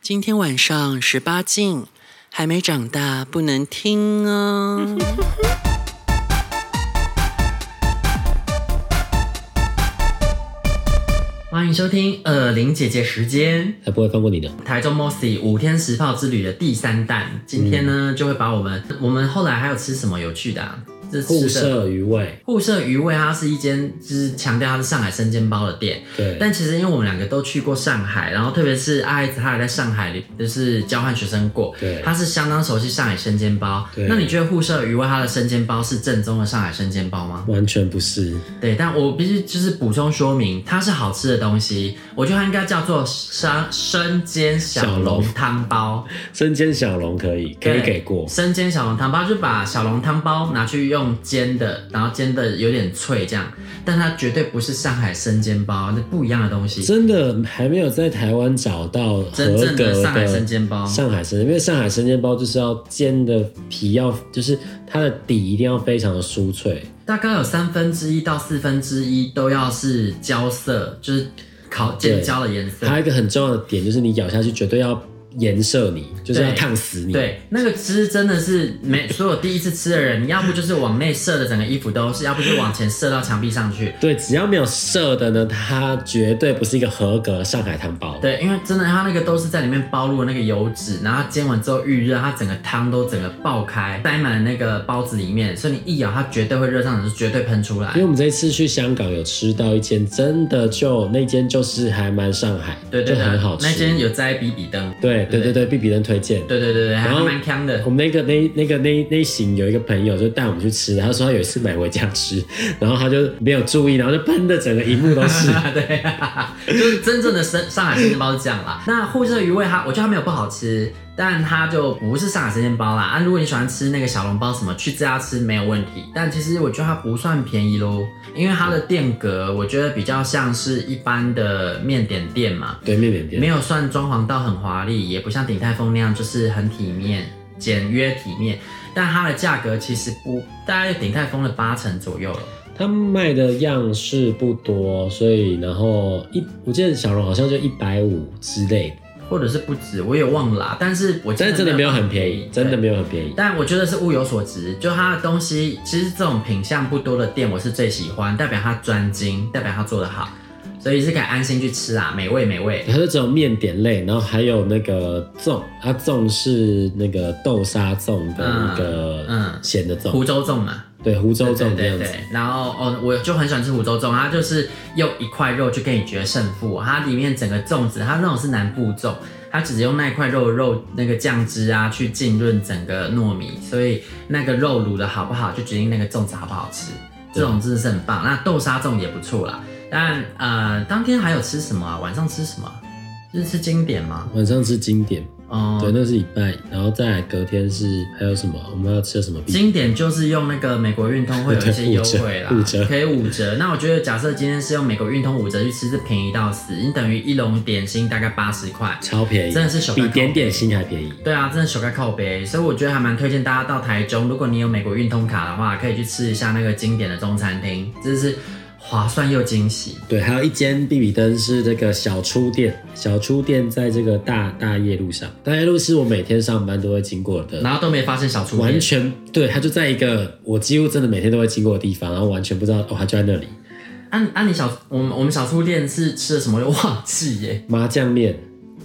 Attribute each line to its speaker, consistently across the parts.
Speaker 1: 今天晚上十八禁，还没长大不能听哦。 欢迎收听呃林姐姐时间，
Speaker 2: 才不会放过你的。
Speaker 1: 台中 Mossy 五天十炮之旅的第三弹。今天呢，
Speaker 2: 嗯
Speaker 1: 就会把我们我们后来还有吃什么有趣的、啊？这吃的
Speaker 2: 互射鱼味，
Speaker 1: 互舍鱼味，它是一间就是强调它是上海生煎包的店，
Speaker 2: 对，
Speaker 1: 但其实因为我们两个都去过上海，然后特别是阿爱子，他还在上海就是交换学生过，
Speaker 2: 对
Speaker 1: 他是相当熟悉上海生煎包。
Speaker 2: 对
Speaker 1: 那你觉得沪舍余味它的生煎包是正宗的上海生煎包吗？
Speaker 2: 完全不是。
Speaker 1: 对，但我必须就是补充说明，它是好吃的东西，我觉得它应该叫做生生煎小
Speaker 2: 小笼
Speaker 1: 笼汤包。
Speaker 2: 生煎小笼可以，可以
Speaker 1: 对
Speaker 2: 给过。
Speaker 1: 生煎小笼汤包，就把小笼汤包拿去用煎的，然后煎的有点脆这样，但它绝对不是上海生煎包，那不一样的东西。
Speaker 2: 真的还没有在台湾找到
Speaker 1: 真
Speaker 2: 合
Speaker 1: 正
Speaker 2: 格
Speaker 1: 的上海生煎包
Speaker 2: 上海生，因为上海生煎包就是要煎的皮要，就是它的底一定要非常的酥脆。
Speaker 1: 大概有三分之一到四分之一都要是焦色，就是烤
Speaker 2: 对
Speaker 1: 煎焦的颜色。
Speaker 2: 还有一个很重要的点就是你咬下去绝对要颜色你，就是要
Speaker 1: 对
Speaker 2: 烫死你。
Speaker 1: 对，那个汁真的是 没所有第一次吃的人，要不就是往内射的整个衣服都是，要不就往前射到墙壁上去。
Speaker 2: 对，只要没有色的呢，它绝对不是一个合格的上海汤包。
Speaker 1: 对，因为真的，它那个都是在里面包入了那个油脂，然后它煎完之后预热，它整个汤都整个爆开，塞满了那个包子里面，所以你一咬，它绝对会热胀，是绝对喷出来
Speaker 2: 因为。我们这一次去香港有吃到一间，真的就那间就是还蛮上海，
Speaker 1: 对对
Speaker 2: 就
Speaker 1: 对，
Speaker 2: 很好吃。
Speaker 1: 那间有摘比比灯，
Speaker 2: 对对对对，必比登推荐。
Speaker 1: 对对对对，还
Speaker 2: 然后
Speaker 1: 蛮香的
Speaker 2: 我。们那个那那个那那一行有一个朋友就带我们去吃，他说他有一次买回家吃，然后他就没有注意，然后就喷的整个荧幕都是。
Speaker 1: 对、啊，就是真正的生上海生煎包是这样啦。那沪式鱼味它，我觉得它没有不好吃，但它就不是上海生煎包啦。啊，如果你喜欢吃那个小笼包什么，去这家吃没有问题。但其实我觉得它不算便宜喽，因为它的店格我觉得比较像是一般的面点店嘛，
Speaker 2: 对面点
Speaker 1: 没
Speaker 2: 店，
Speaker 1: 有算装潢到很华丽，也不像鼎泰丰那样就是很体面、简约体面。但它的价格其实不大概鼎泰丰的八成左右了。
Speaker 2: 他卖的样式不多，所以然后一我记得小龙好像就一百五之类的，
Speaker 1: 或者是不止，我也忘了啦。但是我记得
Speaker 2: 但真的没有很
Speaker 1: 很
Speaker 2: 便宜，真的没
Speaker 1: 有。
Speaker 2: 有很便宜。
Speaker 1: 但我觉得是物有所值，就它的东西，其实这种品相不多的店，我是最喜欢，代表它专精，代表它做得好，所以是可以安心去吃啊，美味美 味。
Speaker 2: 它就只有面点类，然后还有那个粽，它粽是那个豆沙粽跟一
Speaker 1: 嗯
Speaker 2: 个
Speaker 1: 嗯
Speaker 2: 咸的粽，
Speaker 1: 湖州粽嘛，
Speaker 2: 对，湖州粽这
Speaker 1: 对
Speaker 2: 样
Speaker 1: 对
Speaker 2: 子。
Speaker 1: 对。然后哦，我就很喜欢吃湖州粽，它就是用一块肉就跟你决胜负，它里面整个粽子，它那种是南部粽，它只是用那一块肉的肉那个酱汁啊去浸润整个糯米，所以那个肉卤的好不好就决定那个粽子好不好吃。这种真的是很棒，那豆沙粽也不错啦。啊但呃，当天还有吃什么啊？晚上吃什么啊？是吃经典吗？
Speaker 2: 晚上吃经典，
Speaker 1: 哦、
Speaker 2: 对，那是礼拜，然后再来隔天是还有什么？我们要吃什么？
Speaker 1: 经典就是用那个美国运通会有一些优惠啦，
Speaker 2: 对五折五折
Speaker 1: 可以五折。那我觉得，假设今天是用美国运通五折去吃，是便宜到死。你等于一笼点心大概八十块，
Speaker 2: 超便宜，
Speaker 1: 真的是手
Speaker 2: 比
Speaker 1: 干口
Speaker 2: 点点心还便宜。
Speaker 1: 对啊，真的手该靠背。所以我觉得还蛮推荐大家到台中，如果你有美国运通卡的话，可以去吃一下那个经典的中餐厅，真是划算又惊喜。
Speaker 2: 对，还有一间必比登是这个小初店，小初店在这个大大业路上，大业路是我每天上班都会经过的，
Speaker 1: 然后都没发现小厨
Speaker 2: 完
Speaker 1: 店，
Speaker 2: 全对，它就在一个我几乎真的每天都会经过的地方，然后完全不知道哦，它就在那里。
Speaker 1: 按按、啊你小我们我们小厨店是吃的什么？我忘记耶。
Speaker 2: 麻酱面，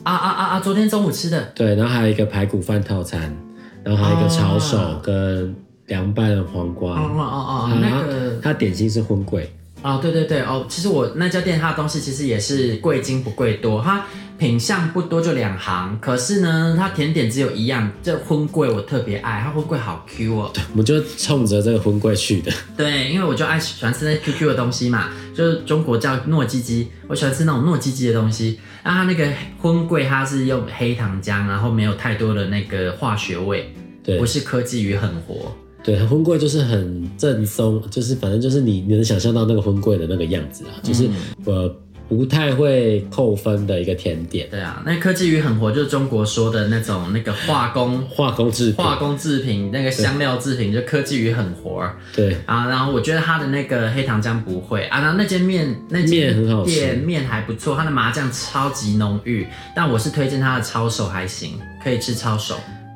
Speaker 1: 啊啊啊啊！昨天中午吃的，
Speaker 2: 对，然后还有一个排骨饭套餐，然后还有一个炒手
Speaker 1: 啊
Speaker 2: 跟凉拌黄瓜。
Speaker 1: 哦哦哦哦，
Speaker 2: 然
Speaker 1: 那
Speaker 2: 后
Speaker 1: 个
Speaker 2: 它点心是荤贵，
Speaker 1: 哦，对对对，哦，其实我那家店它的东西其实也是贵精不贵多，它品相不多就两行，可是呢，它甜点只有一样，这荤桂我特别爱，它荤桂好 Q 哦。
Speaker 2: 我们就冲着这个荤贵去的。
Speaker 1: 对，因为我就爱喜欢吃那 QQ 的东西嘛，就是中国叫糯叽叽，我喜欢吃那种糯叽叽的东西。那它那个荤桂它是用黑糖浆，然后没有太多的那个化学味，
Speaker 2: 对
Speaker 1: 不是科技与狠活。
Speaker 2: 对，荤桂就是很正宗，就是反正就是你你能想象到那个荤桂的那个样子
Speaker 1: 嗯
Speaker 2: 啊，就是、呃不太会扣分的一个甜点，
Speaker 1: 对啊，那科技与狠活就是中国说的那种那个化工。
Speaker 2: 化工制品，
Speaker 1: 化工制品那个香料制品就科技与狠活儿
Speaker 2: 对
Speaker 1: 啊，然后我觉得它的那个黑糖浆不会啊，然后那间面那
Speaker 2: 面
Speaker 1: 间
Speaker 2: 很好吃
Speaker 1: 店面还不错，它的麻酱超级浓郁，但我是推荐它的抄手还行，可以吃抄手。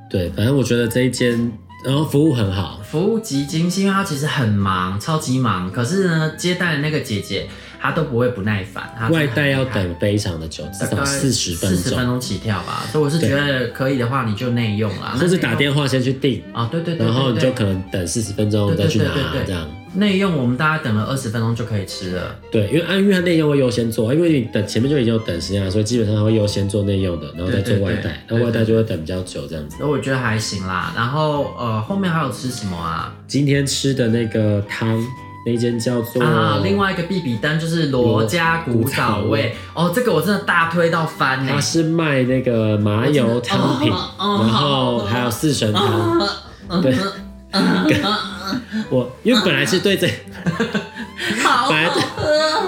Speaker 2: 对，反正我觉得这一间，然后服务很好，
Speaker 1: 服务极精心，因为她其实很忙，超级忙。可是呢，接待的那个姐姐她都不会不耐烦，她真的
Speaker 2: 外
Speaker 1: 很
Speaker 2: 带要
Speaker 1: 厉害
Speaker 2: 等非常的久，至
Speaker 1: 大
Speaker 2: 少
Speaker 1: 概
Speaker 2: 四十分
Speaker 1: 40分
Speaker 2: 钟，
Speaker 1: 钟起跳吧。所以我是觉得可以的话，你就内用啦，
Speaker 2: 或是打电话先去订，
Speaker 1: 啊、对对对对对，
Speaker 2: 然后你就可能等四十分钟
Speaker 1: 对
Speaker 2: 再
Speaker 1: 对
Speaker 2: 去
Speaker 1: 对
Speaker 2: 拿
Speaker 1: 对
Speaker 2: 这
Speaker 1: 对
Speaker 2: 样。，
Speaker 1: 内用我们大概等了二十分钟就可以吃了。
Speaker 2: 对，因为按月内用会优先做，因为你等前面就已经有等时间了，所以基本上他会优先做内用的，然后再做外带，
Speaker 1: 对对对
Speaker 2: 那外带就会等比较久这样子。
Speaker 1: 所以我觉得还行啦。然后呃，后面还有吃什么啊？
Speaker 2: 今天吃的那个汤，那间叫做
Speaker 1: 啊，另外一个必比登就是罗家古早味哦，这个我真的大推到翻欸呢、
Speaker 2: 它是卖那个麻油汤品，
Speaker 1: 哦哦
Speaker 2: 然后
Speaker 1: 哦
Speaker 2: 还有四神汤。对，
Speaker 1: 哦
Speaker 2: 我因为本来是对这，
Speaker 1: 好
Speaker 2: 本来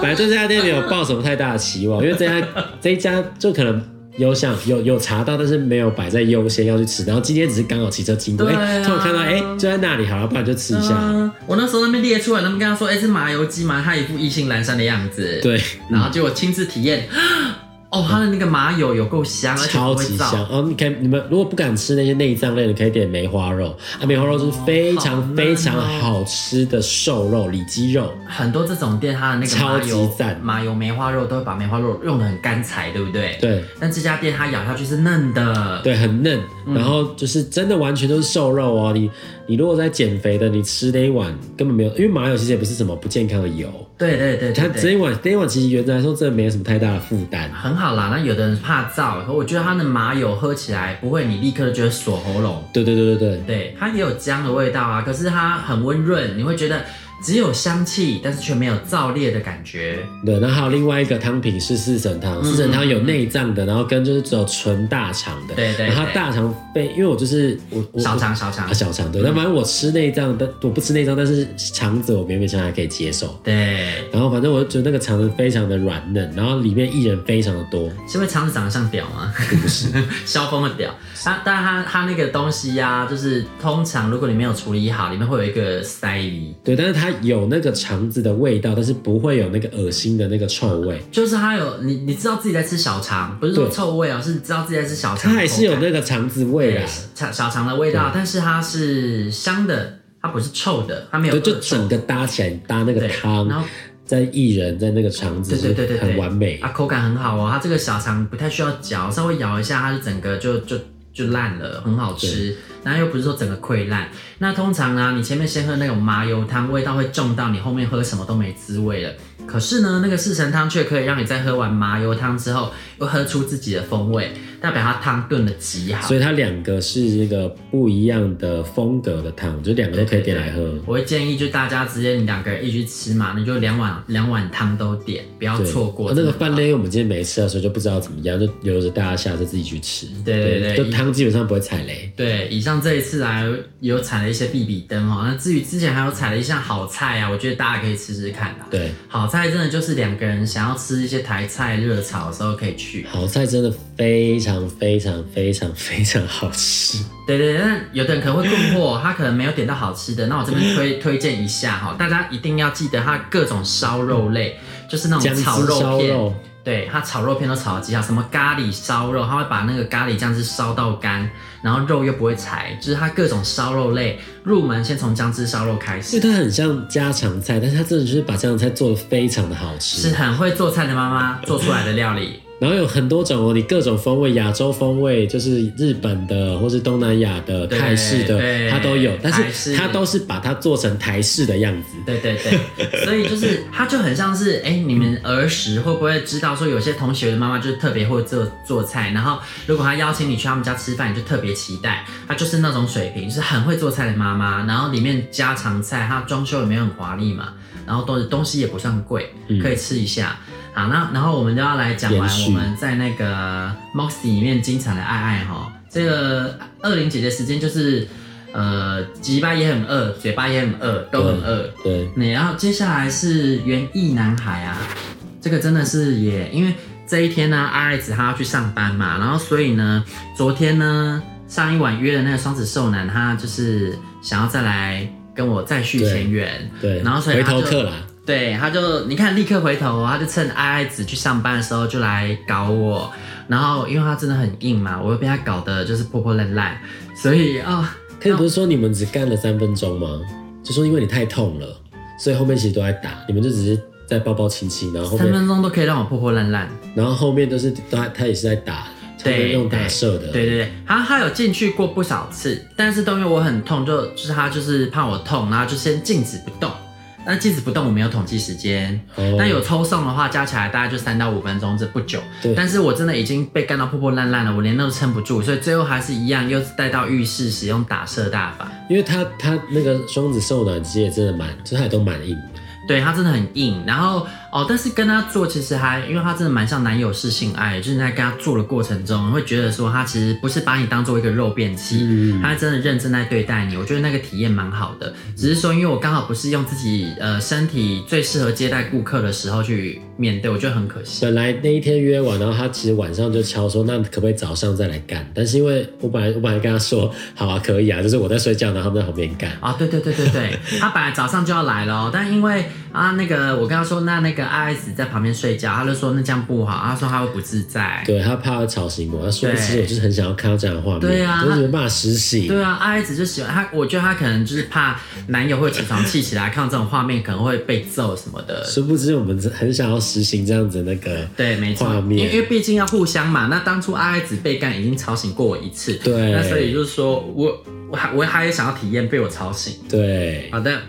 Speaker 2: 本来对这家店没有抱什么太大的期望，因为这 家这一家就可能有想有有查到，但是没有摆在优先要去吃。然后今天只是刚好骑车经过，哎、
Speaker 1: 对啊
Speaker 2: 突然看到哎、就在那里，好了，不然就吃一下。
Speaker 1: 嗯我那时候那边列出来，他们跟他说：“哎、是麻油鸡吗？”他一副意兴阑珊的样子。，
Speaker 2: 对，
Speaker 1: 然后结果亲自体验， 哦，他的那个麻油有够香，而且
Speaker 2: 超
Speaker 1: 不
Speaker 2: 级
Speaker 1: 会燥
Speaker 2: 香。哦，你可以，你们如果不敢吃那些内脏类，你可以点梅花肉啊，梅花肉是非
Speaker 1: 哦好
Speaker 2: 常
Speaker 1: 嫩
Speaker 2: 非常
Speaker 1: 哦
Speaker 2: 好吃的瘦肉，里脊肉。
Speaker 1: 很多这种店，它的那个
Speaker 2: 超
Speaker 1: 麻
Speaker 2: 级
Speaker 1: 油
Speaker 2: 赞
Speaker 1: 麻油梅花肉都会把梅花肉用的很干柴，对不对？。
Speaker 2: 对
Speaker 1: 但这家店它咬下去是嫩的。。
Speaker 2: 对，很嫩，
Speaker 1: 嗯
Speaker 2: 然后就是真的完全都是瘦肉哦。你你如果在减肥的，你吃那一碗根本没有，因为麻油其实也不是什么不健康的油，
Speaker 1: 对对对
Speaker 2: 它
Speaker 1: 对
Speaker 2: 这
Speaker 1: 对。
Speaker 2: 一碗那一碗其实原则来说真的没有什么太大的负担。
Speaker 1: 很好啦，那有的人怕燥，可我觉得它的麻油喝起来不会，你立刻就觉得锁喉咙。
Speaker 2: 对对对对对，
Speaker 1: 对，它也有姜的味道啊，可是它很温润，你会觉得只有香气，但是却没有燥烈的感觉。
Speaker 2: 对，然后还有另外一个汤品是四神汤，
Speaker 1: 嗯
Speaker 2: 四神汤有内脏的，然后跟就是只有纯大肠的，
Speaker 1: 对对对
Speaker 2: 然后它大肠被，因为我就是我我
Speaker 1: 小肠小嗯肠
Speaker 2: 啊，小肠对，那反正我吃内脏，但我不吃内脏，但是肠子我勉勉强强还可以接受。
Speaker 1: 对，
Speaker 2: 然后反正我就觉得那个肠子非常的软嫩，然后里面薏仁非常的多，
Speaker 1: 是因为肠子长得像屌吗？ 不是，萧峰的屌。它，但它它那个东西呀、就是通常如果你没有处理好，里面会有一个塞梨，
Speaker 2: 对，但是它有那个肠子的味道，但是不会有那个恶心的那个臭味，
Speaker 1: 就是它有你你知道自己在吃小肠，不是说
Speaker 2: 对
Speaker 1: 臭味哦、是知道自己在吃小肠
Speaker 2: 它
Speaker 1: 的口感，
Speaker 2: 还是有那个肠子味
Speaker 1: 对
Speaker 2: 啊。
Speaker 1: 小小肠的味道，但是它是香的，它不是臭的，它没有
Speaker 2: 对，就
Speaker 1: 恶臭
Speaker 2: 整个搭起来搭那个
Speaker 1: 对
Speaker 2: 汤
Speaker 1: 然后，
Speaker 2: 在薏仁在那个肠子
Speaker 1: 对对
Speaker 2: 是
Speaker 1: 对对对，
Speaker 2: 很完美
Speaker 1: 啊，。口感很好哦。它这个小肠不太需要嚼，稍微咬一下，它就整个就就就烂了，很好吃。然后又不是说整个溃烂。那通常呢、啊你前面先喝那种麻油汤，味道会重到你后面喝什么都没滋味了。可是呢，那个四神汤却可以让你在喝完麻油汤之后，又喝出自己的风味，代表它汤炖的极好
Speaker 2: 所。以它两个是一个不一样的风格的汤，就两个都可以点来喝。
Speaker 1: 我会建议就大家直接你两个人一起去吃嘛，你就两碗两碗汤都点，不要
Speaker 2: 对
Speaker 1: 错过。
Speaker 2: 啊那
Speaker 1: 真
Speaker 2: 个
Speaker 1: 的
Speaker 2: 饭类，因为我们今天没吃啊，所以就不知道怎么样，就留着大家下次自己去吃。
Speaker 1: 对对对
Speaker 2: 就汤基本上不会踩雷。
Speaker 1: 对，以上这一次来有踩了一些必比登哦，那至于之前还有踩了一项好菜啊，我觉得大家可以吃吃看啦。，
Speaker 2: 对，
Speaker 1: 好菜真的就是两个人想要吃一些台菜热炒的时候可以去。
Speaker 2: 好菜真的非常非常非常非常好吃。
Speaker 1: 对对，对那有的人可能会困惑，他可能没有点到好吃的，那我这边 推推荐一下哈，大家一定要记得它各种烧肉类，就是那
Speaker 2: 姜
Speaker 1: 种
Speaker 2: 汁
Speaker 1: 炒肉
Speaker 2: 烧
Speaker 1: 片，
Speaker 2: 肉，
Speaker 1: 对，它炒肉片都炒得极好，什么咖喱烧肉，它会把那个咖喱酱汁烧到干，然后肉又不会柴，就是它各种烧肉类入门先从姜汁烧肉开
Speaker 2: 因为
Speaker 1: 始。
Speaker 2: 它很像家常菜，但是它真的就是把家常菜做的非常的好
Speaker 1: 是
Speaker 2: 吃。
Speaker 1: 很会做菜的妈妈做出来的料理，
Speaker 2: 然后有很多种哦，你各种风味，亚洲风味，就是日本的，或是东南亚的、
Speaker 1: 对
Speaker 2: 泰式的，
Speaker 1: 对
Speaker 2: 它都有，但
Speaker 1: 台
Speaker 2: 是
Speaker 1: 式
Speaker 2: 它都是把它做成台式的样子。
Speaker 1: 对对对，所以就是它就很像是，哎、你们儿时会不会知道说有些同学的妈妈就是特别会做做菜，然后如果她邀请你去他们家吃饭，你就特别期待，她就是那种水平，就是很会做菜的妈妈，然后里面家常菜，它装修也没有很华丽嘛，然后东东西也不算贵，可以吃一下。好，那然后我们就要来讲完
Speaker 2: 嗯延续
Speaker 1: 我们在那个 Moxie 里面精彩的爱爱哈。这个二零姐姐时间就是，呃，鸡巴也很饿，嘴巴也很饿，都很饿。
Speaker 2: 对，
Speaker 1: 那然后接下来是园艺男孩啊，这个真的是也因为这一天呢，阿爱子他要去上班嘛，然后所以呢，昨天呢上一晚约的那个双子兽男，他就是想要再来跟我再续前缘，
Speaker 2: 对，
Speaker 1: 然后所以
Speaker 2: 回
Speaker 1: 他
Speaker 2: 头
Speaker 1: 就
Speaker 2: 客啦，
Speaker 1: 对，他就你看立刻回头哦，他就趁爱爱子去上班的时候就来搞我，然后因为他真的很硬嘛，我又被他搞得就是破破烂烂，所以啊、
Speaker 2: 可是不是说你们只干了三分钟吗？就说因为你太痛了，所以后面其实都在打，你们就只是在抱抱亲亲，然后后
Speaker 1: 三
Speaker 2: 面，
Speaker 1: 分钟都可以让我破破烂烂。
Speaker 2: 然后后面都是都还他也是在打，他
Speaker 1: 对
Speaker 2: 们用打射的，
Speaker 1: 对对对，他他有进去过不少次，但是都因为我很痛，就就是他就是怕我痛，然后就先静止不动。但静止不动我没有统计时间，
Speaker 2: 哦，
Speaker 1: 但有抽送的话，加起来大概就三到五分钟，这不久
Speaker 2: 对。
Speaker 1: 但是我真的已经被干到破破烂烂了，我连那都撑不住，所以最后还是一样，又带到浴室使用打射大法。
Speaker 2: 因为他他那个双子受暖机也真的蛮，就是他也都蛮硬的，
Speaker 1: 对他真的很硬，然后哦，但是跟他做其实还，因为他真的蛮像男友式性爱，就是你在跟他做的过程中，会觉得说他其实不是把你当做一个肉便器，
Speaker 2: 嗯
Speaker 1: 他真的认真在对待你，我觉得那个体验蛮好的。只是说，因为我刚好不是用自己呃身体最适合接待顾客的时候去面对，我觉得很可惜。
Speaker 2: 本来那一天约完，然后他其实晚上就敲说，那可不可以早上再来干？但是因为我本来我本来跟他说，好啊，可以啊， 就是我在睡觉，然后他们在旁边干。
Speaker 1: 啊、对对对对对，他本来早上就要来了哦，但因为啊那个我跟他说，那那个爱爱子在旁边睡觉，他就说那这样不好，他说他会不自在。
Speaker 2: 对他怕会吵醒我，他说
Speaker 1: 对
Speaker 2: 其实我就是很想要看到这样的画面，
Speaker 1: 对啊
Speaker 2: 就是没办法实行。
Speaker 1: 对啊，阿姨子就喜欢她，我觉得她可能就是怕男友会起床气起来，看到这种画面可能会被揍什么的。
Speaker 2: 殊不知我们很想要实行这样子的那个，
Speaker 1: 对，没错，
Speaker 2: 画
Speaker 1: 因为
Speaker 2: 面
Speaker 1: 因为毕竟要互相嘛。那当初阿姨子被干已经吵醒过我一次，
Speaker 2: 对
Speaker 1: 那所以就是说我我还我还也想要体验被我吵醒。
Speaker 2: 对，
Speaker 1: 好的，
Speaker 2: 然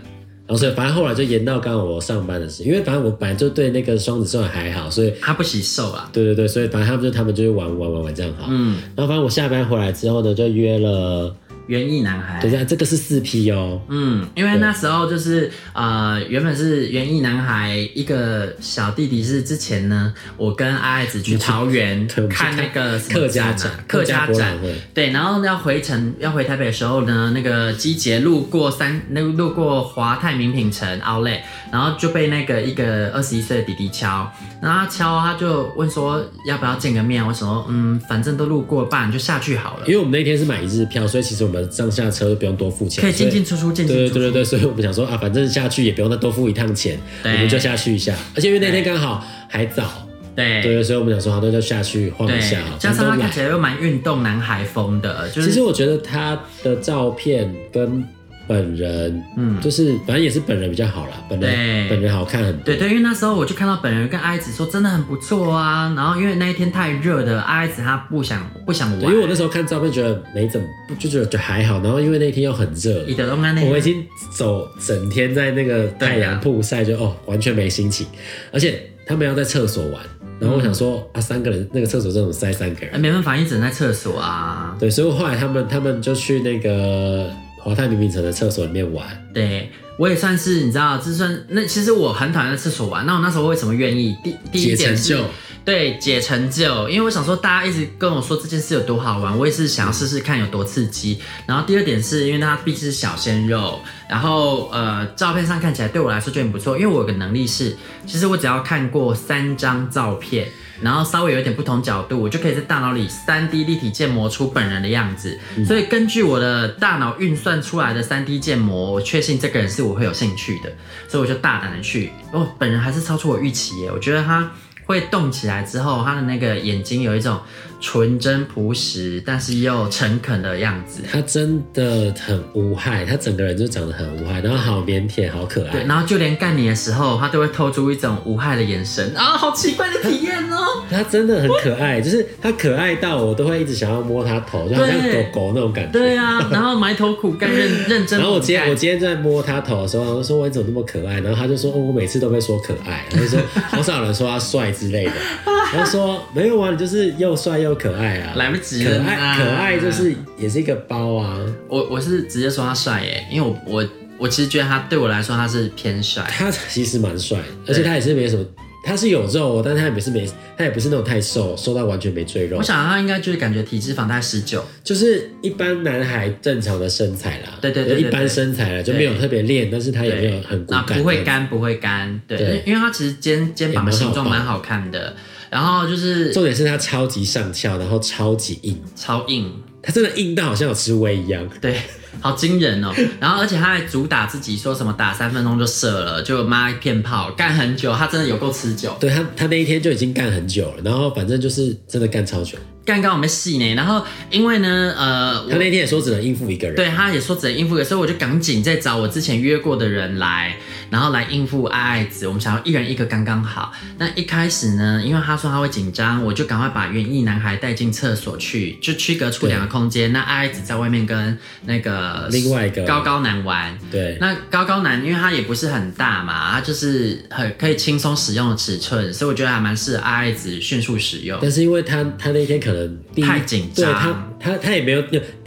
Speaker 2: 后所以反正后来就延到刚好我上班的事，因为反正我本来就对那个双子座还好，所以
Speaker 1: 他不洗手啊，
Speaker 2: 对对对，所以反正他们就他们就是玩玩玩玩这样好。
Speaker 1: 嗯，
Speaker 2: 然后反正我下班回来之后呢，就约了，
Speaker 1: 园艺男孩
Speaker 2: 等一。下这个是四 P 哦，
Speaker 1: 嗯，因为那时候就是呃，原本是园艺男孩一个小弟弟，是之前呢，我跟阿爱子去桃园
Speaker 2: 对我们去
Speaker 1: 看那个什么
Speaker 2: 客家
Speaker 1: 展
Speaker 2: 展
Speaker 1: 啊、
Speaker 2: 客
Speaker 1: 客
Speaker 2: 家
Speaker 1: 家
Speaker 2: 博
Speaker 1: 展
Speaker 2: 览，会，
Speaker 1: 对，然后要回程要回台北的时候呢，那个机姐路过三那路过华泰名品城 Outlet，然后就被那个一个二十一岁的弟弟敲，然后他敲他就问说要不要见个面，我想说嗯，反正都路过，不然就下去好了
Speaker 2: 因，为我们那天是买一日票，所以其实我们上下车就不用多付钱，
Speaker 1: 可以进
Speaker 2: 所
Speaker 1: 进出出，进进
Speaker 2: 对对
Speaker 1: 出出。
Speaker 2: 对对对，所以我们想说啊，反正下去也不用再多付一趟钱，我
Speaker 1: 对
Speaker 2: 们就下去一下。而且因为那天刚好还早，
Speaker 1: 对
Speaker 2: 对，所以我们想说好，那就下去晃一下好，
Speaker 1: 加上
Speaker 2: 反
Speaker 1: 他
Speaker 2: 正都
Speaker 1: 看
Speaker 2: 来
Speaker 1: 起来又蛮运动男孩风的，就
Speaker 2: 其实
Speaker 1: 是
Speaker 2: 我觉得他的照片跟本人，
Speaker 1: 嗯
Speaker 2: 嗯，就是反正也是本人比较好啦，本人
Speaker 1: 对
Speaker 2: 本人好看很多。
Speaker 1: 对对，因为那时候我就看到本人跟阿姨子说真的很不错啊，然后因为那一天太热了，阿姨子她不想不想玩，
Speaker 2: 对，因为我那时候看照片觉得没怎么，就觉得就还好。然后因为那天又很热，
Speaker 1: 伊德东安那
Speaker 2: 我已经走整天在那个太阳曝晒，就哦完全没心情。而且他们要在厕所玩，然后我想说、啊，三个人那个厕所这种塞三个
Speaker 1: 哎，
Speaker 2: 人，
Speaker 1: 没办法，你只能在厕所啊。
Speaker 2: 对，所以后来他们他们就去那个华泰名品城的厕所里面玩。
Speaker 1: 对，我也算是你知道，这算那其实我很讨厌在厕所玩。那我那时候为什么愿意？第第一
Speaker 2: 解
Speaker 1: 点
Speaker 2: 成
Speaker 1: 是
Speaker 2: 就，
Speaker 1: 对解成就，因为我想说大家一直跟我说这件事有多好玩，我也是想要试试看有多刺激。然后第二点是因为它毕竟是小鲜肉，然后呃照片上看起来对我来说就很不错，因为我有个能力是，其实我只要看过三张照片。然后稍微有一点不同角度，我就可以在大脑里三 D 立体建模出本人的样子。所以根据我的大脑运算出来的三 D 建模，我确信这个人是我会有兴趣的，所以我就大胆的去。哦，本人还是超出我预期耶，我觉得他。会动起来之后，他的那个眼睛有一种纯真朴实，但是又诚恳的样子。
Speaker 2: 他真的很无害，他整个人就长得很无害，然后好腼腆，好可
Speaker 1: 对，
Speaker 2: 爱。
Speaker 1: 然后就连干你的时候，他都会透出一种无害的眼神啊，好奇怪的体验哦。
Speaker 2: 他真的很可爱，就是他可爱到我都会一直想要摸他头，就好像
Speaker 1: 对
Speaker 2: 狗狗那种感觉。
Speaker 1: 对啊，然后埋头苦干， 认认真。
Speaker 2: 然后我今天我今天在摸他头的时候，我就说我怎么那么可爱？然后他就说哦，我每次都被说可爱，啊他就说好少人说他帅之类的。 然后说没有啊，你就是又帅又可爱啊，
Speaker 1: 来不及
Speaker 2: 可
Speaker 1: 了
Speaker 2: 爱
Speaker 1: 啦
Speaker 2: 可爱就是也是一个包啊，
Speaker 1: 我我是直接说他帅耶，因为我
Speaker 2: 哦
Speaker 1: 我我其实觉得他对我来说他是偏帅，
Speaker 2: 他其实蛮帅，而且他也是没什么它是有肉哦，但是它也不是没，它也不是那种太瘦，瘦到完全没赘肉
Speaker 1: 我，想他应该就是感觉体脂肪大概十九，
Speaker 2: 就是一般男孩正常的身材啦，
Speaker 1: 对对对对对
Speaker 2: 一般身材啦，就没有特别练，但是他也没有
Speaker 1: 对，
Speaker 2: 很骨
Speaker 1: 那
Speaker 2: 感，
Speaker 1: 不会，干不会干，对，
Speaker 2: 对
Speaker 1: 因为因为他其实肩肩膀的形状
Speaker 2: 也蛮
Speaker 1: 蛮好看的，然后就是
Speaker 2: 重点是他超级上翘，然后超级硬，
Speaker 1: 超硬，
Speaker 2: 他真的硬到好像有吃微一样，
Speaker 1: 对，好惊人哦。然后而且他还主打自己说什么打三分钟就射了，就妈一片炮，干很久，他真的有够持久，
Speaker 2: 对他他那一天就已经干很久了，然后反正就是真的干超久，
Speaker 1: 干刚我没戏呢。然后因为呢，呃，我
Speaker 2: 他那天也说只能应付一个人，
Speaker 1: 对他也说只能应付一个，所以我就赶紧再找我之前约过的人来，然后来应付爱爱子。我们想要一人一个刚刚好。那一开始呢，因为他说他会紧张，我就赶快把园艺男孩带进厕所去，就区隔出两个空间。那爱爱子在外面跟那个
Speaker 2: 另外一个
Speaker 1: 高高男玩。
Speaker 2: 对
Speaker 1: 那高高男，因为它也不是很大嘛，它就是很可以轻松使用的尺寸，所以我觉得还蛮适合爱爱子迅速使用。
Speaker 2: 但是因为他他那天可能第一
Speaker 1: 太紧
Speaker 2: 对
Speaker 1: 张
Speaker 2: 他他他也没有，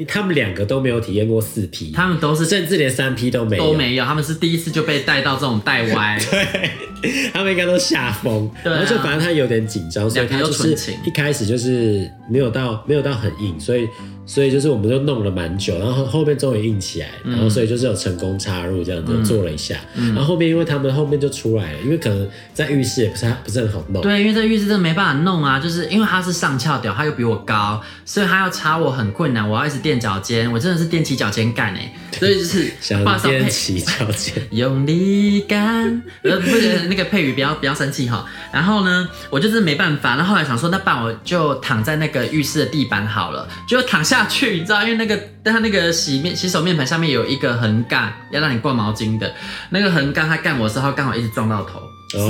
Speaker 2: 他们两个都没有体验过四 P，
Speaker 1: 他们都是
Speaker 2: 甚至连三 P 都没有，
Speaker 1: 都没有，他们是第一次就被带到这种带 歪。
Speaker 2: 他们应该都吓疯。
Speaker 1: 对啊
Speaker 2: 然后就反正他有点紧张，所
Speaker 1: 两
Speaker 2: 以
Speaker 1: 个
Speaker 2: 他
Speaker 1: 又
Speaker 2: 就是
Speaker 1: 纯情
Speaker 2: 一开始就是没有到没有到很硬，所以所以就是我们就弄了蛮久，然后后面终于硬起来，
Speaker 1: 嗯
Speaker 2: 然后所以就是有成功插入这样子、做了一下，然后后面因为他们后面就出来了，因为可能在浴室也不是不是很好弄，
Speaker 1: 对，因为这浴室真的没办法弄啊，就是因为他是上翘屌，他又比我高，所以他要插我很困难，我要一直垫脚尖，我真的是踮起脚尖干哎、所以就是
Speaker 2: 想
Speaker 1: 画上
Speaker 2: 踮
Speaker 1: 配
Speaker 2: 起脚尖，
Speaker 1: 用力干，呃，不是那个配语不要不要生气哈。然后呢，我就是没办法，然后后来想说，那不然我就躺在那个浴室的地板好了，就躺下去，你知道，因为那个它那个洗面洗手面盆下面有一个横杠，要让你挂毛巾的，那个横杠它干我的时候刚好一直撞到头，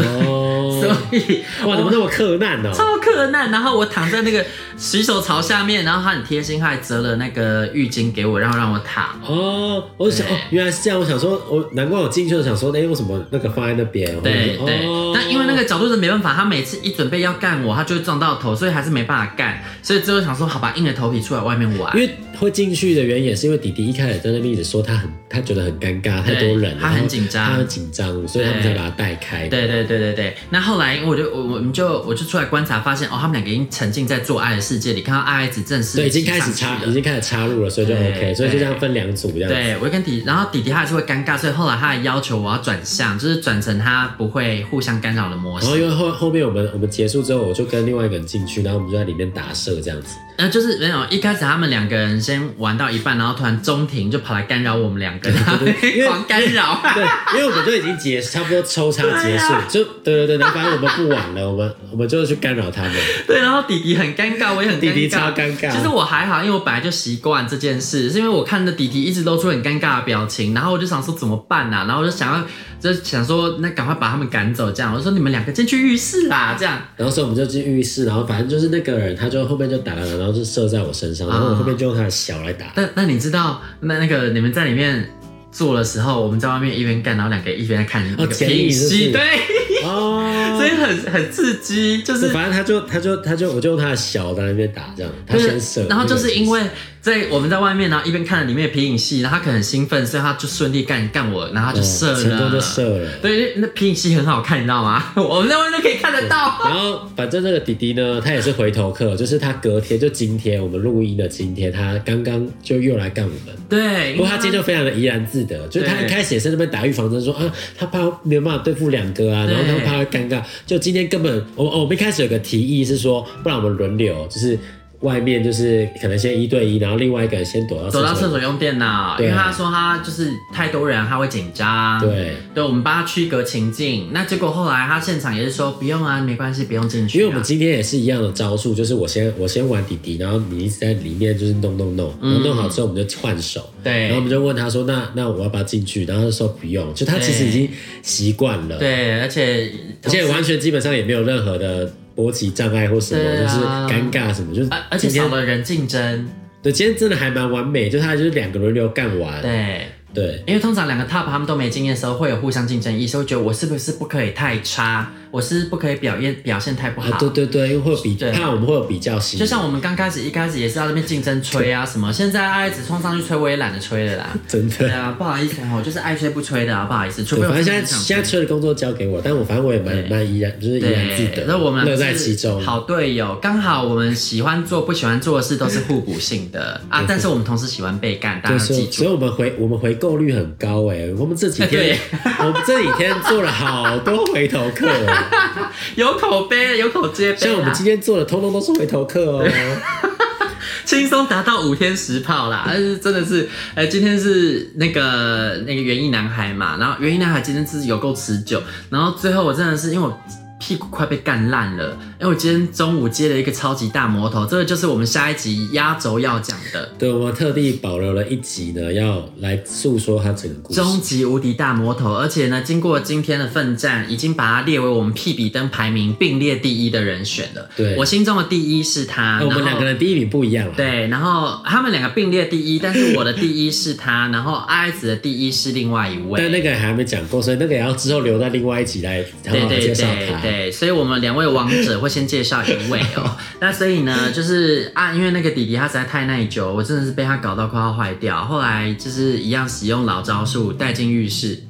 Speaker 1: 所
Speaker 2: 哦，
Speaker 1: 以
Speaker 2: 哇，怎么那么克难哦、
Speaker 1: 超可难。然后我躺在那个洗手槽下面，然后他很贴心，他还折了那个浴巾给我，然后让我躺。
Speaker 2: 哦，我就想
Speaker 1: 对
Speaker 2: 哦，原来是这样。我想说，我难怪我进去的时候想说，哎、为什么那个放在那边？
Speaker 1: 对
Speaker 2: 我就
Speaker 1: 对
Speaker 2: 哦，
Speaker 1: 但因为那个角度是没办法，他每次一准备要干我，他就会撞到头，所以还是没办法干。所以最后想说，好吧，硬着头皮出来外面玩
Speaker 2: 因。为会进去的原因也是因为弟弟一开始在那边一直说他很，他觉得很尴尬，太多人了，
Speaker 1: 他很
Speaker 2: 然后
Speaker 1: 紧张
Speaker 2: 他很紧张，所以他们才
Speaker 1: 对
Speaker 2: 把他带开。
Speaker 1: 对对对对对，那后来我就我我们就我就出来观察，发现哦，他们两个已经沉浸在做爱的世界里，看到爱子正式
Speaker 2: 对，已经开始
Speaker 1: 骑上
Speaker 2: 插，
Speaker 1: 去
Speaker 2: 已
Speaker 1: 了。
Speaker 2: 经开始插入了，所以就
Speaker 1: 对
Speaker 2: OK，所以就这样分两组这样子。
Speaker 1: 对，我就跟弟，然后弟弟他还是会尴尬，所以后来他还要求我要转向，就是转成他不会互相干扰的模
Speaker 2: 然后
Speaker 1: 式。
Speaker 2: 因为后后面我们我们结束之后，我就跟另外一个人进去，然后我们就在里面打射这样 子。
Speaker 1: 呃，就是没有一开始他们两个人先玩到一半，然后突然中庭就跑来干扰我们两个，然后 狂干扰。
Speaker 2: 对，因为我们就已经结差不多抽插结束，
Speaker 1: 啊
Speaker 2: 就对对对，然后反正我们不玩了，我们我们就去干扰他们。
Speaker 1: 对，然后弟弟很尴尬，我也很尴尬。
Speaker 2: 弟弟超尴尬
Speaker 1: 其实我还好，因为我本来就习惯这件事，是因为我看着弟弟一直露出很尴尬的表情，然后我就想说怎么办啊？然后我就想要，就想说那赶快把他们赶走，这样。我就说你们两个进去浴室啦，这样。
Speaker 2: 然后所以我们就进浴室，然后反正就是那个人，他就后面就打了，然后就射在我身上，然后我后面就用他的小 来打。
Speaker 1: 但那你知道，那那个你们在里面做的时候，我们在外面一边干，然后两个一边在看那个
Speaker 2: 剪影
Speaker 1: 影
Speaker 2: 是不是
Speaker 1: 戏，对，
Speaker 2: 哦
Speaker 1: 所以很很刺激，就
Speaker 2: 就是反正他就他就他就我就用他的小在那边打这样，他
Speaker 1: 就是
Speaker 2: 先射，
Speaker 1: 然后就是因为在我们在外面，然后一边看了里面的皮影戏，然后他可能很兴奋，所以他就顺利干干我，然后他就射了，
Speaker 2: 嗯成功就射了。
Speaker 1: 对，那那皮影戏很好看，你知道吗？ 我们在外面都可以看得到。
Speaker 2: 然后反正那个弟弟呢，他也是回头客，就是他隔天就今天我们录音的今天，他刚刚就又来干我们。
Speaker 1: 对，
Speaker 2: 不过他
Speaker 1: 因为
Speaker 2: 今天就非常的怡然自得，就是他一
Speaker 1: 哎对
Speaker 2: 开始也是在那边打预防针，说啊，他怕没有办法对付两个啊，然后他
Speaker 1: 对
Speaker 2: 怕会尴尬。就今天根本，我我们一开始有个提议是说，不然我们轮流，就是外面就是可能先一对一，然后另外一个人先躲到
Speaker 1: 走到厕
Speaker 2: 所。
Speaker 1: 所用电脑，因为
Speaker 2: 对
Speaker 1: 他说他就是太多人，他会紧张。。
Speaker 2: 对，
Speaker 1: 对，我们帮他区隔情境。那结果后来他现场也是说不用啊，没关系，不用进去、啊。
Speaker 2: 因为我们今天也是一样的招数，就是我先我先玩弟弟，然后你一直在里面就是弄弄弄，然后弄好之后我们就换手。
Speaker 1: 嗯对
Speaker 2: 然后我们就问他说：“那那我要不要进去？”然后他就说不用，就他其实已经习惯了。
Speaker 1: 对，而且
Speaker 2: 而且完全基本上也没有任何的勃起障碍或什么，
Speaker 1: 对
Speaker 2: 就
Speaker 1: 啊
Speaker 2: 是尴尬什么，就是
Speaker 1: 而而且
Speaker 2: 今
Speaker 1: 少
Speaker 2: 天
Speaker 1: 了人竞争。
Speaker 2: 对今天真的还蛮完美，就他就是两个轮流干完，
Speaker 1: 对，
Speaker 2: 对，
Speaker 1: 因为通常两个 top 他们都没经验的时候，会有互相竞争意识，会觉得我是不是不可以太差，我是不是不可以表现表现太不好。
Speaker 2: 啊，对对对，因为会有比，
Speaker 1: 对
Speaker 2: 怕我们会有比较心，
Speaker 1: 就像我们刚开始一开始也是要那边竞争吹啊什么，现在爱子冲上去吹，我也懒得吹了 啦。
Speaker 2: 真
Speaker 1: 对
Speaker 2: 的。
Speaker 1: 啊，不好意思，我就是爱吹不吹的啊，不好意思，除非
Speaker 2: 对
Speaker 1: 我
Speaker 2: 反正
Speaker 1: 真的
Speaker 2: 现在
Speaker 1: 很想
Speaker 2: 现在
Speaker 1: 吹
Speaker 2: 吹的工作交给我，但我反正我也蛮
Speaker 1: 对
Speaker 2: 蛮怡然，就是怡然自
Speaker 1: 对
Speaker 2: 得，，
Speaker 1: 那我们
Speaker 2: 乐
Speaker 1: 是
Speaker 2: 在其中。
Speaker 1: 好队友，刚好我们喜欢做不喜欢做的事都是互补性的啊，但是我们同时喜欢被干，大家
Speaker 2: 对，
Speaker 1: 要
Speaker 2: 所
Speaker 1: 记
Speaker 2: 以所以
Speaker 1: 住。
Speaker 2: 我们回我们回购率很高哎、我们这几天、 我们这几天做了好多回头 客、哦，
Speaker 1: 有口碑，有口皆碑啊
Speaker 2: 像我们
Speaker 1: 啦，
Speaker 2: 今天做的通通都是回头客哦。
Speaker 1: 轻松达到五天十炮啦。但是真的是，呃，今天是那个那个园艺男孩嘛，然后园艺男孩今天真是有够持久，然后最后我真的是因为我。屁股快被干烂了，因为我今天中午接了一个超级大魔头，这个就是我们下一集压轴要讲的
Speaker 2: 对，我们特地保留了一集呢，要来诉说他整个故事。
Speaker 1: 终极无敌大魔头，而且呢，经过今天的奋战，已经把它列为我们屁比登排名并列第一的人选了。
Speaker 2: 对
Speaker 1: 我心中的第一是他，
Speaker 2: 那哎我们
Speaker 1: 然
Speaker 2: 两
Speaker 1: 后
Speaker 2: 个人第一名不一样啊了。
Speaker 1: 对，然后他们两个并列第一，但是我的第一是他，然后阿爱子的第一是另外一
Speaker 2: 但
Speaker 1: 位。
Speaker 2: 那个还没讲过，所以那个也要之后留在另外一集来好
Speaker 1: 对
Speaker 2: 好
Speaker 1: 对
Speaker 2: 介绍
Speaker 1: 对
Speaker 2: 他。
Speaker 1: 对，所以我们两位王者会先介绍一位哦。 那所以呢，就是啊，因为那个弟弟他实在太耐久，我真的是被他搞到快要坏掉。后来就是一样使用老招数带进浴室，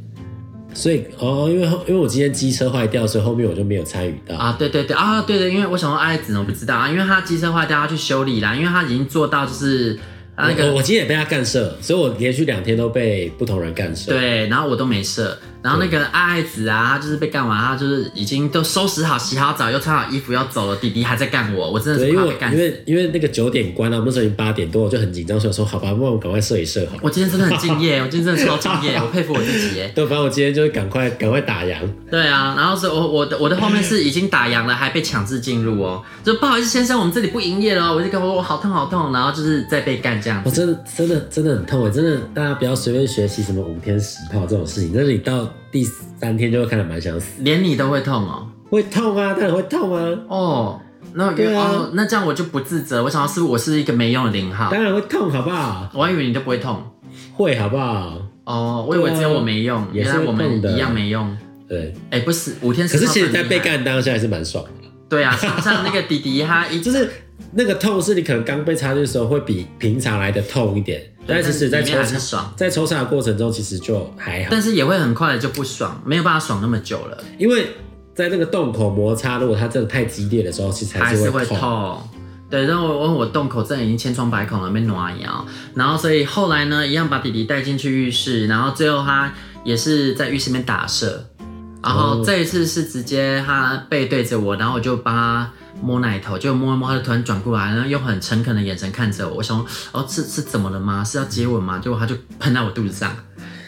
Speaker 2: 所以哦，因为后因为我今天机车坏掉，所以后面我就没有参与到。
Speaker 1: 啊，对对对啊，对对，因为我想说爱子我不知道啊，因为他机车坏掉，他去修理啦，因为他已经做到就是啊那
Speaker 2: 我
Speaker 1: 个
Speaker 2: 我今天也被他干涉，所以我连续两天都被不同人干涉。
Speaker 1: 对，然后我都没射，然后那个爱子啊，他就是被干完，他就是已经都收拾好、洗好澡，又穿好衣服要走了，弟弟还在干我，我真的
Speaker 2: 对，
Speaker 1: 是
Speaker 2: 因为
Speaker 1: 快
Speaker 2: 我
Speaker 1: 被干
Speaker 2: 因
Speaker 1: 死。
Speaker 2: 为因为那个九点关了、啊我们那时候已经八点多，我就很紧张，所以我说好吧，不然我赶快射一射好了。
Speaker 1: 我今天真的很敬业，我今天真的超敬业，我佩服我自己耶。
Speaker 2: 对，反正我今天就是赶快赶快打烊，
Speaker 1: 对啊，然后是我我的我的后面是已经打烊了，还被强制进入哦，就不好意思先生，我们这里不营业了哦，我就跟我我好痛好痛，然后就是再被干这样
Speaker 2: 我、
Speaker 1: 子。
Speaker 2: 真的真的真的很痛哎，真的大家不要随便学习什么五天十炮这种事情，但是你到第三天就会看得蛮想死，
Speaker 1: 连你都会痛哦，
Speaker 2: 会痛啊，当然会痛啊，
Speaker 1: 哦，那
Speaker 2: 对啊
Speaker 1: 哦，那这样我就不自责。我想要是不是我是一个没用的零号，
Speaker 2: 当然会痛，好不好？
Speaker 1: 我还以为你都不会痛
Speaker 2: 会好不好？
Speaker 1: 哦，我以为只有我没用，
Speaker 2: 也
Speaker 1: 原来
Speaker 2: 是会
Speaker 1: 我们
Speaker 2: 痛的
Speaker 1: 一样没用。
Speaker 2: 对，
Speaker 1: 哎，不是五天
Speaker 2: 可
Speaker 1: 十
Speaker 2: 是
Speaker 1: 炮
Speaker 2: 其实，在
Speaker 1: 更厉
Speaker 2: 被
Speaker 1: 害，
Speaker 2: 干当下还是蛮爽的，
Speaker 1: 对 啊，像像那个弟弟他一
Speaker 2: 就是那个痛是你可能刚被插进的时候会比平常来的痛一点，但其实在
Speaker 1: 里面
Speaker 2: 抽
Speaker 1: 还
Speaker 2: 插
Speaker 1: 是爽，
Speaker 2: 在抽插的过程中其实就还好，
Speaker 1: 但是也会很快的就不爽，没有办法爽那么久了，
Speaker 2: 因为在那个洞口摩擦，如果它真的太激烈的时候，其实
Speaker 1: 还
Speaker 2: 是
Speaker 1: 是
Speaker 2: 会
Speaker 1: 会
Speaker 2: 痛。
Speaker 1: 痛。对，然后我我洞口真的已经千疮百孔了，没挪摇。然后所以后来呢，一样把弟弟带进去浴室，然后最后他也是在浴室里面打射，然后
Speaker 2: 哦
Speaker 1: 这一次是直接他背对着我，然后我就帮他摸奶头，就摸一摸，他就突然转过来，然后用很诚恳的眼神看着我，我想说，哦，是是怎么了吗？是要接吻吗？结果他就喷到我肚子上，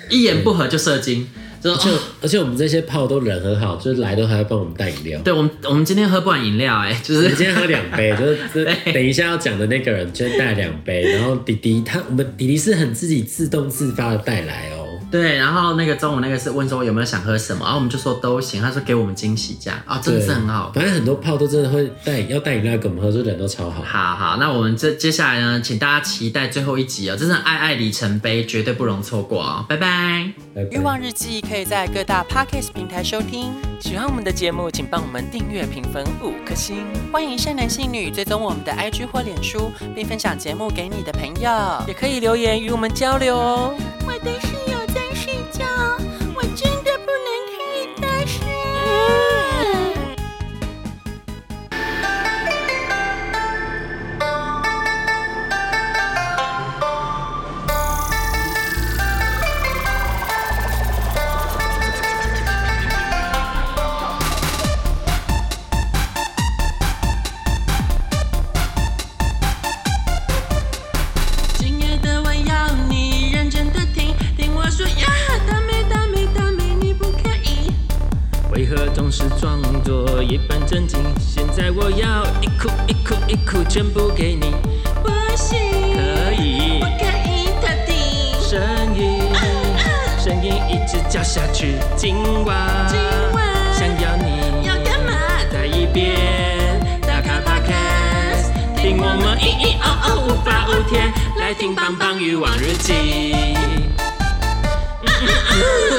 Speaker 1: 一言不合就射精，就
Speaker 2: 而且、而且我们这些炮都人很好，就是来都还会帮我们带饮料。
Speaker 1: 对我们我们今天喝不完饮料、哎，就
Speaker 2: 我
Speaker 1: 是
Speaker 2: 们今天喝两 杯，就是
Speaker 1: 对
Speaker 2: 这等一下要讲的那个人就带两杯，然后迪迪他我们迪迪是很自己自动自发的带来哦。
Speaker 1: 对，然后那个中午那个是问说有没有想喝什么，然后我们就说都行，他说给我们惊喜这样啊、真的是
Speaker 2: 对
Speaker 1: 很好。
Speaker 2: 反正很多炮都真的会带要带饮料给我们喝，就人都超好。
Speaker 1: 好好，那我们这接下来呢，请大家期待最后一集哦，这是爱爱里程碑，绝对不容错过哦，拜拜。
Speaker 2: 拜拜
Speaker 3: 欲望日记可以在各大 podcast 平台收听。
Speaker 4: 喜欢我们的节目，请帮我们订阅、评分五颗星。
Speaker 3: 欢迎善男信女追踪我们的 IG 或脸书，并分享节目给你的朋友。
Speaker 4: 也可以留言与我们交流哦。
Speaker 5: 我的室友在睡觉，我真的不能看他睡。亲爱的，我要你认真的听，听我说呀，大美大美大美，你不可以。
Speaker 4: 为何总是装作一本正经？现在我要一哭一哭一哭，全部给你。
Speaker 5: 不行，
Speaker 4: 可以嗯
Speaker 5: 不，可以特地。
Speaker 4: 声音，声音一直叫下去。今晚，
Speaker 5: 今晚
Speaker 4: 想要你，
Speaker 5: 要干嘛？
Speaker 4: 再一遍。打开 Podcast，听我们咿咿哦哦无法无天，来听棒棒与往日记。
Speaker 1: 啊